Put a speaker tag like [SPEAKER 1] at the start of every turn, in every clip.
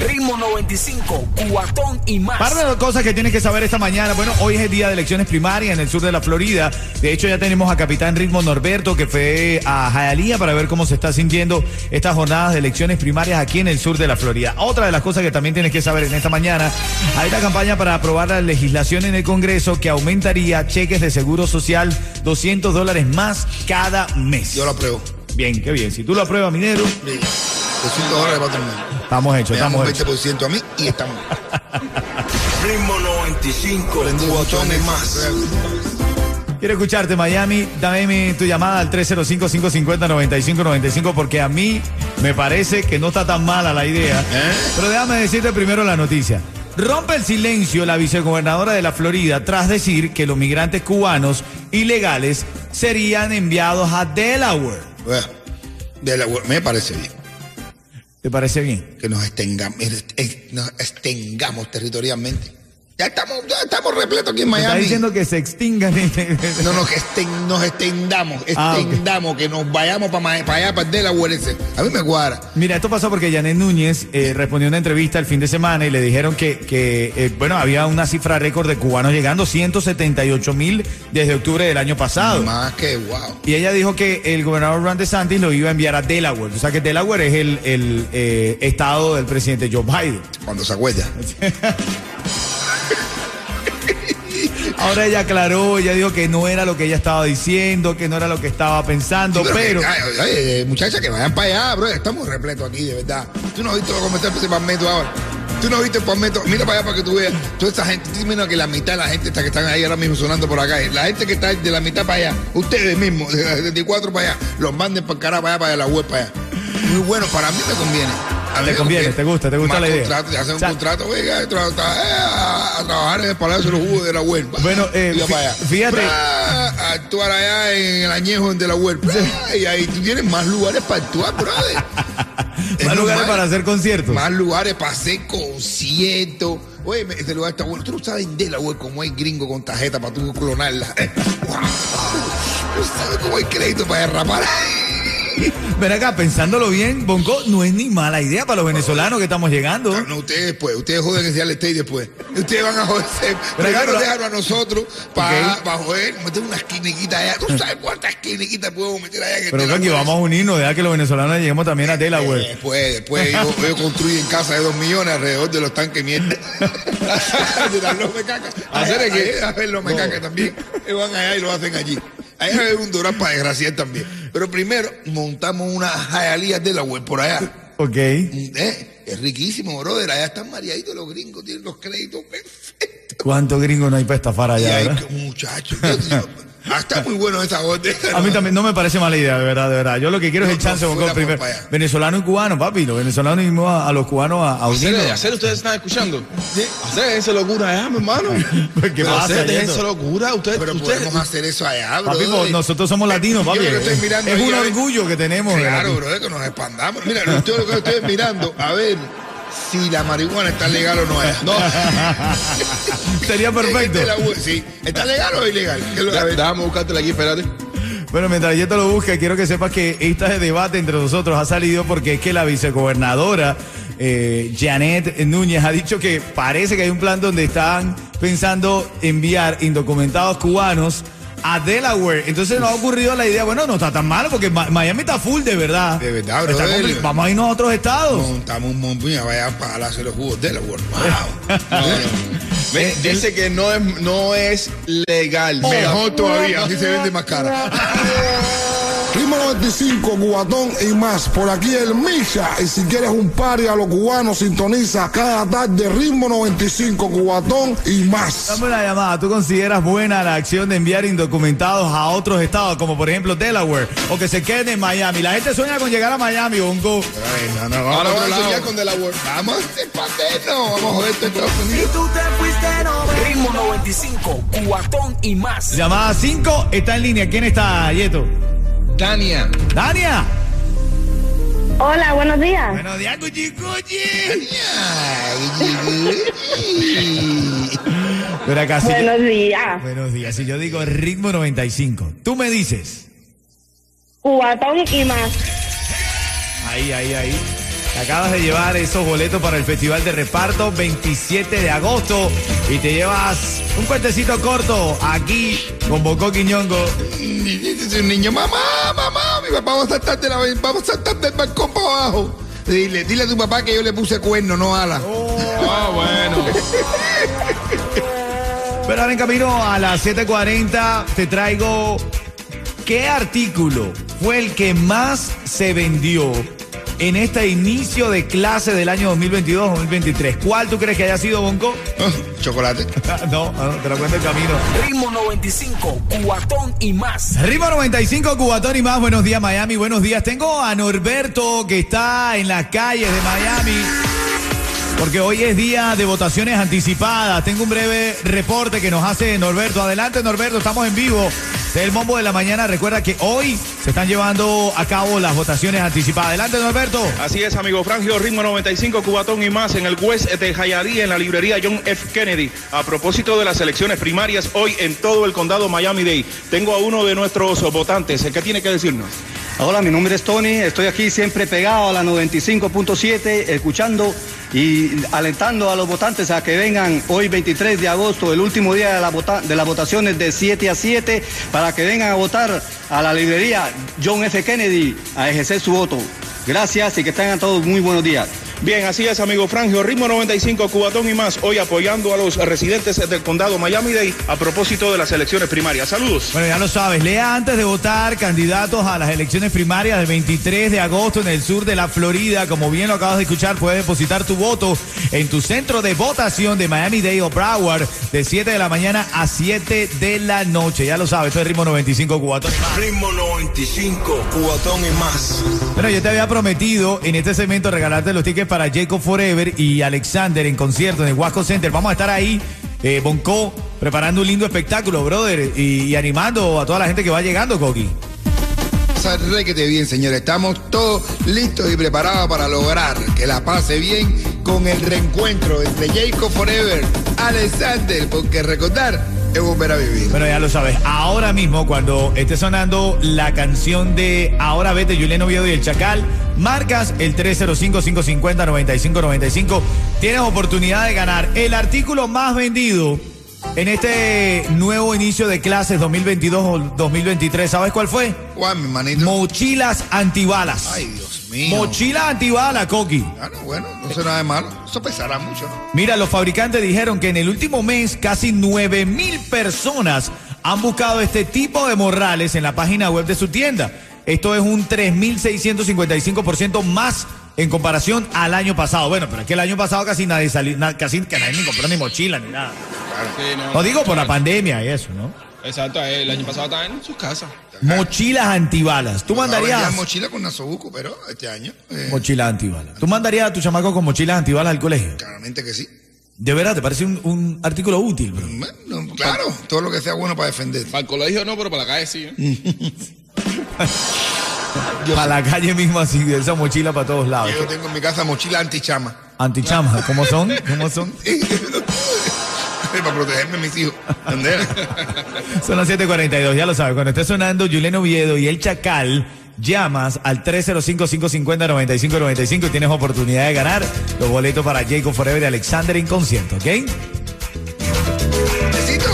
[SPEAKER 1] Ritmo 95, cuatón y más.
[SPEAKER 2] Par de cosas que tienes que saber esta mañana. Bueno, hoy es el día de elecciones primarias en el sur de la Florida. De hecho, ya tenemos a Capitán Ritmo Norberto que fue a Jayalía para ver cómo se está sintiendo estas jornadas de elecciones primarias aquí en el sur de la Florida. Otra de las cosas que también tienes que saber en esta mañana, hay la campaña para aprobar la legislación en el Congreso que aumentaría cheques de seguro social 200 dólares más cada mes.
[SPEAKER 3] Yo lo apruebo.
[SPEAKER 2] Bien, qué bien. Si tú lo apruebas, Minero,
[SPEAKER 3] 200 dólares para todo el mundo.
[SPEAKER 2] estamos hechos,
[SPEAKER 3] Me damos
[SPEAKER 2] estamos
[SPEAKER 3] un
[SPEAKER 2] hechos.
[SPEAKER 3] 20% a mí y estamos.
[SPEAKER 1] Ritmo 95,
[SPEAKER 3] Aprendí
[SPEAKER 1] cuatón y
[SPEAKER 3] mucho.
[SPEAKER 1] más.
[SPEAKER 2] Quiero escucharte, Miami. Dame tu llamada al 305-550-9595 porque a mí me parece que no está tan mala la idea. Pero déjame decirte primero la noticia. Rompe el silencio la vicegobernadora de la Florida tras decir que los migrantes cubanos ilegales serían enviados a Delaware.
[SPEAKER 3] Bueno, de la- me parece bien
[SPEAKER 2] ¿Te parece bien?
[SPEAKER 3] que nos extengamos, nos extengamos territorialmente. Ya estamos, ya estamos repletos aquí en
[SPEAKER 2] Me está
[SPEAKER 3] Miami.
[SPEAKER 2] diciendo que se extingan.
[SPEAKER 3] No nos, esten- nos extendamos,
[SPEAKER 2] Ah, ok.
[SPEAKER 3] extendamos, que nos vayamos para allá, para Delaware. ese. A mí me cuadra.
[SPEAKER 2] Mira, esto pasó porque Janet Núñez eh, respondió a una entrevista el fin de semana y le dijeron que, que, eh, bueno, había una cifra récord de cubanos llegando, 178 mil desde octubre del año pasado.
[SPEAKER 3] Más que wow.
[SPEAKER 2] Y ella dijo que el gobernador Ron DeSantis lo iba a enviar a Delaware. O sea que Delaware es el, el, eh, estado del presidente Joe Biden.
[SPEAKER 3] Cuando se acuerda.
[SPEAKER 2] Ahora ella aclaró, ella dijo que no era lo que ella estaba diciendo, que no era lo que estaba pensando,
[SPEAKER 3] Pero
[SPEAKER 2] pero...
[SPEAKER 3] que- ay, ay, eh, muchachas, que vayan para allá, bro. Estamos repletos aquí, de verdad. Tú no has visto cómo está ese palmeto ahora. Tú no has visto el palmeto. Mira para allá para que tú veas. Toda esa gente, tú menos que la mitad de la gente está que están ahí ahora mismo sonando por acá. eh, La gente que está de la mitad para allá, ustedes mismos, de la- de 24 para allá, los manden para carajo para allá, para la web para allá. Muy bueno, para mí me conviene. A mí
[SPEAKER 2] Te
[SPEAKER 3] me
[SPEAKER 2] conviene, te gusta, te gusta
[SPEAKER 3] Más
[SPEAKER 2] la idea.
[SPEAKER 3] contrato, y hacer un
[SPEAKER 2] O sea-
[SPEAKER 3] contrato, oiga, a, tra- tra- eh, a- a trabajar en el Palacio de los Jugos de la web.
[SPEAKER 2] Bueno, eh,
[SPEAKER 3] Iba
[SPEAKER 2] fí-
[SPEAKER 3] para allá.
[SPEAKER 2] fíjate.
[SPEAKER 3] Bra, a actuar allá en el añejo de la web. Bra, Y ahí tú tienes más lugares para actuar, brother. Es
[SPEAKER 2] Más lugares
[SPEAKER 3] normal.
[SPEAKER 2] para hacer conciertos.
[SPEAKER 3] Más lugares para hacer conciertos. Oye, me- este lugar está bueno. Tú no sabes en Delaware cómo hay gringo con tarjeta para tú clonarla. no sabes cómo hay crédito para derrapar.
[SPEAKER 2] Ven acá, pensándolo bien, Bonco, no es ni mala idea para los venezolanos que estamos llegando.
[SPEAKER 3] Ah, No, ustedes después, ustedes joden ese al state después. Ustedes van a joderse. Primero
[SPEAKER 2] claro, la-
[SPEAKER 3] déjalo a nosotros para
[SPEAKER 2] Ok.
[SPEAKER 3] joder, meter unas cliniquitas allá. ¿Tú sabes cuántas cliniquitas podemos meter allá? que
[SPEAKER 2] Pero
[SPEAKER 3] te la
[SPEAKER 2] Frankie,
[SPEAKER 3] jodes?
[SPEAKER 2] vamos pues. a unirnos, deja que los venezolanos lleguemos también a
[SPEAKER 3] Eh,
[SPEAKER 2] Delaware.
[SPEAKER 3] Después, después ellos, ellos construyen casas de dos millones alrededor de los tanques mierda. de las López Caca. Hacer es que a ver López Caca también. Ellos van allá y lo hacen allí. Ahí va a haber un Doral para desgraciar también. Pero primero montamos una jayalía de la web por allá.
[SPEAKER 2] Ok.
[SPEAKER 3] Eh, es riquísimo, brother. Allá están mareaditos los gringos, tienen los créditos perfectos.
[SPEAKER 2] ¿Cuántos gringos no hay para estafar
[SPEAKER 3] Y
[SPEAKER 2] allá?
[SPEAKER 3] hay
[SPEAKER 2] verdad?
[SPEAKER 3] que- muchachos. yo- yo- ah, está muy bueno esa orden.
[SPEAKER 2] A mí también no me parece mala idea, de verdad, de verdad. Yo lo que quiero es
[SPEAKER 3] No,
[SPEAKER 2] el chance,
[SPEAKER 3] no,
[SPEAKER 2] Bonco,
[SPEAKER 3] fuera por
[SPEAKER 2] primero.
[SPEAKER 3] para allá.
[SPEAKER 2] Venezolano y cubano, papi. Los venezolanos unimos a, a los cubanos a, a
[SPEAKER 4] Hacer,
[SPEAKER 2] unirnos.
[SPEAKER 4] hacer, ustedes están escuchando. Hacer esa locura allá, mi hermano.
[SPEAKER 2] Pues, ¿qué
[SPEAKER 4] Pero
[SPEAKER 2] pasa,
[SPEAKER 4] hacer
[SPEAKER 2] Yeto?
[SPEAKER 4] esa locura. Ustedes,
[SPEAKER 3] Pero
[SPEAKER 4] ustedes-
[SPEAKER 3] podemos hacer eso allá,
[SPEAKER 2] Papi,
[SPEAKER 3] brother.
[SPEAKER 2] pues, nosotros somos latinos,
[SPEAKER 3] Yo
[SPEAKER 2] papi.
[SPEAKER 3] lo que estoy mirando
[SPEAKER 2] Es
[SPEAKER 3] ahí,
[SPEAKER 2] un
[SPEAKER 3] a ver.
[SPEAKER 2] orgullo que tenemos. de
[SPEAKER 3] Claro,
[SPEAKER 2] latino.
[SPEAKER 3] bro, es que nos expandamos. Mira, lo- yo lo que estoy mirando, a ver si la marihuana está legal o no es. No.
[SPEAKER 2] Sería perfecto.
[SPEAKER 3] De la U- sí. ¿Está legal o ilegal? Que lo- a
[SPEAKER 4] Da-
[SPEAKER 3] ver.
[SPEAKER 4] Déjame buscártela aquí, espérate.
[SPEAKER 2] Bueno, mientras yo te lo busque, quiero que sepas que este debate entre nosotros ha salido porque es que la vicegobernadora eh, Janet Núñez ha dicho que parece que hay un plan donde están pensando enviar indocumentados cubanos a Delaware. Entonces nos ha ocurrido la idea, bueno, no está tan malo porque Ma- Miami está full de verdad.
[SPEAKER 3] De verdad,
[SPEAKER 2] Está
[SPEAKER 3] brother.
[SPEAKER 2] compli- Vamos a irnos a otros estados.
[SPEAKER 3] Montamos un montón vaya para Palacio de los Jugos de la World. Wow.
[SPEAKER 4] Ve, dice que no es, no es legal.
[SPEAKER 3] Mejor todavía, así se vende más cara.
[SPEAKER 5] Ritmo 95, Cubatón y más. Por aquí el Micha. Y si quieres un party a los cubanos, sintoniza cada tarde Ritmo 95, Cubatón y más.
[SPEAKER 2] Dame una llamada. ¿Tú consideras buena la acción de enviar indocumentados a otros estados, como por ejemplo Delaware, o que se queden en Miami? La gente sueña con llegar a Miami, Bongo.
[SPEAKER 3] Ay, no, no,
[SPEAKER 4] Ahora
[SPEAKER 3] vamos
[SPEAKER 4] voy a
[SPEAKER 3] a
[SPEAKER 4] soñar
[SPEAKER 3] soñar
[SPEAKER 4] con
[SPEAKER 3] con de la World. Vamos a ser paterno, vamos a joder todo Estados Unidos.
[SPEAKER 1] Ritmo 95, cuatón y más.
[SPEAKER 2] Llamada 5 está en línea. ¿Quién está, Yeto?
[SPEAKER 3] Dania.
[SPEAKER 2] ¡Dania!
[SPEAKER 6] Hola, buenos días.
[SPEAKER 2] Buenos días, Cuchi Cuchi. Pero acá sí.
[SPEAKER 6] Buenos días.
[SPEAKER 2] Buenos días. Si yo digo ritmo 95, tú me dices.
[SPEAKER 6] Cubatón y más.
[SPEAKER 2] Ahí, ahí, ahí. Te acabas de llevar esos boletos para el Festival de Reparto 27 de agosto y te llevas un cuentecito corto aquí con Bocó Quiñongo.
[SPEAKER 3] Y dice un niño, mamá, mamá, mi papá va a saltar, de la, vamos a saltar del balcón para abajo. Dile, dile a tu papá que yo le puse cuerno, no ala.
[SPEAKER 4] Ah, bueno.
[SPEAKER 2] Pero ahora en camino a las 7.40 te traigo qué artículo fue el que más se vendió en este inicio de clase del año 2022-2023. ¿Cuál tú crees que haya sido, Bonco?
[SPEAKER 3] Chocolate.
[SPEAKER 2] no, no, te lo cuento en camino.
[SPEAKER 1] Ritmo 95, cuatón y más.
[SPEAKER 2] Rima 95, Cubatón y más. Buenos días, Miami. Buenos días. Tengo a Norberto que está en las calles de Miami. Porque hoy es día de votaciones anticipadas. Tengo un breve reporte que nos hace Norberto. Adelante, Norberto. Estamos en vivo del Bombo de la Mañana. Recuerda que hoy se están llevando a cabo las votaciones anticipadas. Adelante, Norberto.
[SPEAKER 4] Así es, amigo Frangio, ritmo 95, cubatón y más en el West de Jayalía, en la librería John F. Kennedy. A propósito de las elecciones primarias, hoy en todo el condado Miami-Dade, tengo a uno de nuestros votantes. ¿Qué tiene que decirnos?
[SPEAKER 7] Hola, mi nombre es Tony, estoy aquí siempre pegado a la 95.7, escuchando y alentando a los votantes a que vengan hoy 23 de agosto, el último día de, la vota- de las votaciones de 7 a 7, para que vengan a votar a la librería John F. Kennedy a ejercer su voto. Gracias y que tengan todos muy buenos días.
[SPEAKER 4] Bien, así es, amigo Frangio, ritmo 95, cubatón y más, hoy apoyando a los residentes del condado Miami-Dade a propósito de las elecciones primarias. Saludos.
[SPEAKER 2] Bueno, ya lo sabes, lea antes de votar candidatos a las elecciones primarias del 23 de agosto en el sur de la Florida. Como bien lo acabas de escuchar, puedes depositar tu voto en tu centro de votación de Miami-Dade o Broward de 7 de la mañana a 7 de la noche. Ya lo sabes, esto es Ritmo 95 Cubatón.
[SPEAKER 1] Ritmo 95, cuatón y más.
[SPEAKER 2] Bueno, yo te había prometido en este segmento regalarte los tickets para Jacob Forever y Alexander en concierto en el Huasco Center. Vamos a estar ahí, eh, Bonco, preparando un lindo espectáculo, brother, y, y animando a toda la gente que va llegando, Coqui.
[SPEAKER 3] Sarre que te bien, señores. Estamos todos listos y preparados para lograr que la pase bien con el reencuentro entre Jacob Forever, Alexander, porque recordar es volver a vivir.
[SPEAKER 2] Bueno, ya lo sabes. Ahora mismo, cuando esté sonando la canción de Ahora vete, Julián Oviedo y el Chacal, marcas el 305-550-9595. Tienes oportunidad de ganar el artículo más vendido en este nuevo inicio de clases 2022-2023. ¿Sabes cuál fue?
[SPEAKER 3] Juan, mi manito.
[SPEAKER 2] Mochilas antibalas.
[SPEAKER 3] Ay, Dios mío.
[SPEAKER 2] Mochila antibala, Coqui.
[SPEAKER 3] Ah, no, bueno, no será nada de malo. Eso pesará mucho, ¿no?
[SPEAKER 2] Mira, los fabricantes dijeron que en el último mes casi 9 mil personas han buscado este tipo de morrales en la página web de su tienda. Esto es un 3.655% más en comparación al año pasado. Bueno, pero es que el año pasado casi nadie salió, na- casi que nadie ni compró ni mochila ni nada. No digo por la pandemia y eso, ¿no?
[SPEAKER 4] Exacto, el año pasado estaba en sus casas.
[SPEAKER 2] Mochilas antibalas. Tú
[SPEAKER 3] Ahora
[SPEAKER 2] mandarías
[SPEAKER 3] ya mochila con Nasobuco, pero este año, eh,
[SPEAKER 2] mochila antibalas. Tú mandarías a tu chamaco con mochilas antibalas al colegio.
[SPEAKER 3] claramente que sí.
[SPEAKER 2] De verdad, te parece un, un artículo útil, bro.
[SPEAKER 3] Bueno, claro, todo lo que sea bueno para defender.
[SPEAKER 4] Para el colegio no, pero para la calle sí. ¿eh?
[SPEAKER 2] Para la calle mismo así, de esa mochila para todos lados.
[SPEAKER 3] Yo tengo en mi casa mochila antichama.
[SPEAKER 2] Antichama, ¿cómo son? ¿Cómo son?
[SPEAKER 3] para protegerme a mis hijos. ¿Entendés?
[SPEAKER 2] Son las 7:42, ya lo sabes. Cuando esté sonando Julián Oviedo y el Chacal, llamas al 305-550-9595 y tienes oportunidad de ganar los boletos para Jacob Forever y Alexander en concierto, ¿ok?
[SPEAKER 3] Necesito.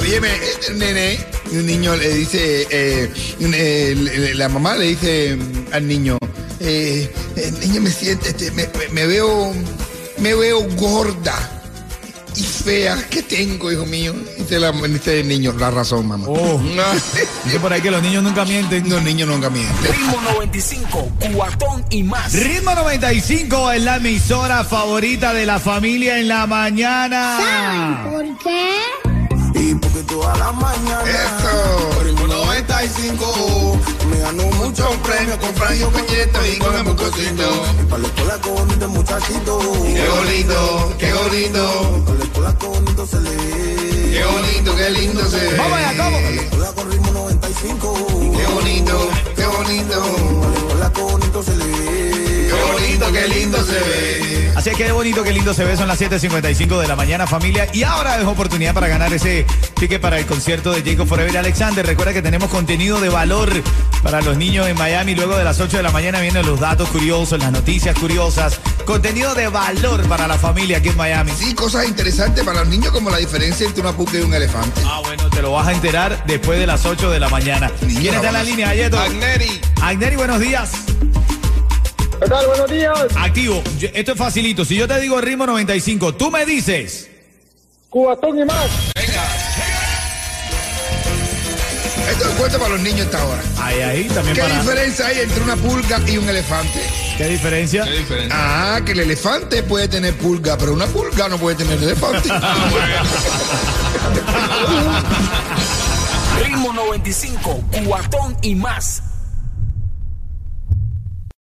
[SPEAKER 3] Óyeme, este nene, y un niño le dice, eh, un, eh, le- le- la mamá le dice mm, al niño, eh, el niño me siente, este, me, me- me veo, me veo gorda y fea. ¿Qué tengo, hijo mío? Dice, la, dice el niño, la razón, mamá.
[SPEAKER 2] Oh, dice por ahí que los niños nunca mienten.
[SPEAKER 3] Los niños nunca mienten.
[SPEAKER 1] Ritmo 95, cuatón y más.
[SPEAKER 2] Ritmo 95 es la emisora favorita de la familia en la mañana.
[SPEAKER 8] ¿Por qué?
[SPEAKER 1] Y porque toda la mañana.
[SPEAKER 5] Eh.
[SPEAKER 3] Eso.
[SPEAKER 1] Ritmo 95, me ganó mucho
[SPEAKER 3] premios con Franjo Cañeta y con el Mocosito.
[SPEAKER 1] Para la escuela con bonito muchachito.
[SPEAKER 3] Qué bonito, qué bonito,
[SPEAKER 1] Para la escuela con bonito se lee.
[SPEAKER 3] qué bonito, qué lindo se ve.
[SPEAKER 2] Vamos allá, ¿cómo?
[SPEAKER 1] Hola con ritmo 95.
[SPEAKER 3] Qué bonito, qué bonito,
[SPEAKER 1] Al escuela qué bonito se le ve.
[SPEAKER 3] qué bonito, qué lindo se ve.
[SPEAKER 2] Así es que bonito, qué lindo se ve. Son las 7.55 de la mañana, familia. Y ahora es oportunidad para ganar ese ticket para el concierto de Jacob Forever Alexander. Recuerda que tenemos contenido de valor para los niños en Miami. Luego de las 8 de la mañana vienen los datos curiosos, las noticias curiosas. Contenido de valor para la familia aquí en Miami.
[SPEAKER 3] Sí, cosas interesantes para los niños como la diferencia entre una puca y un elefante.
[SPEAKER 2] Ah, bueno, te lo vas a enterar después de las 8 de la mañana.
[SPEAKER 3] Niño,
[SPEAKER 2] ¿Quién está en la
[SPEAKER 3] vamos.
[SPEAKER 2] línea, Ayeto?
[SPEAKER 4] Agneri.
[SPEAKER 2] Agneri, buenos días.
[SPEAKER 8] ¿Qué tal? Buenos días.
[SPEAKER 2] Activo. Yo- Esto es facilito. Si yo te digo ritmo 95, tú me dices...
[SPEAKER 8] Cubatón y más.
[SPEAKER 3] Esto es cuento para los niños hasta ahora.
[SPEAKER 2] Ahí, ahí, también
[SPEAKER 3] ¿Qué
[SPEAKER 2] para...
[SPEAKER 3] diferencia hay entre una pulga y un elefante?
[SPEAKER 2] ¿Qué diferencia?
[SPEAKER 3] Ah, que el elefante puede tener pulga, pero una pulga no puede tener elefante.
[SPEAKER 1] Ritmo 95, cuatón y más.